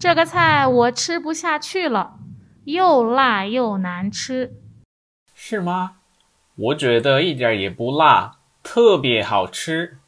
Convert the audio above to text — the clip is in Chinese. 这个菜我吃不下去了，又辣又难吃。是吗？我觉得一点也不辣，特别好吃。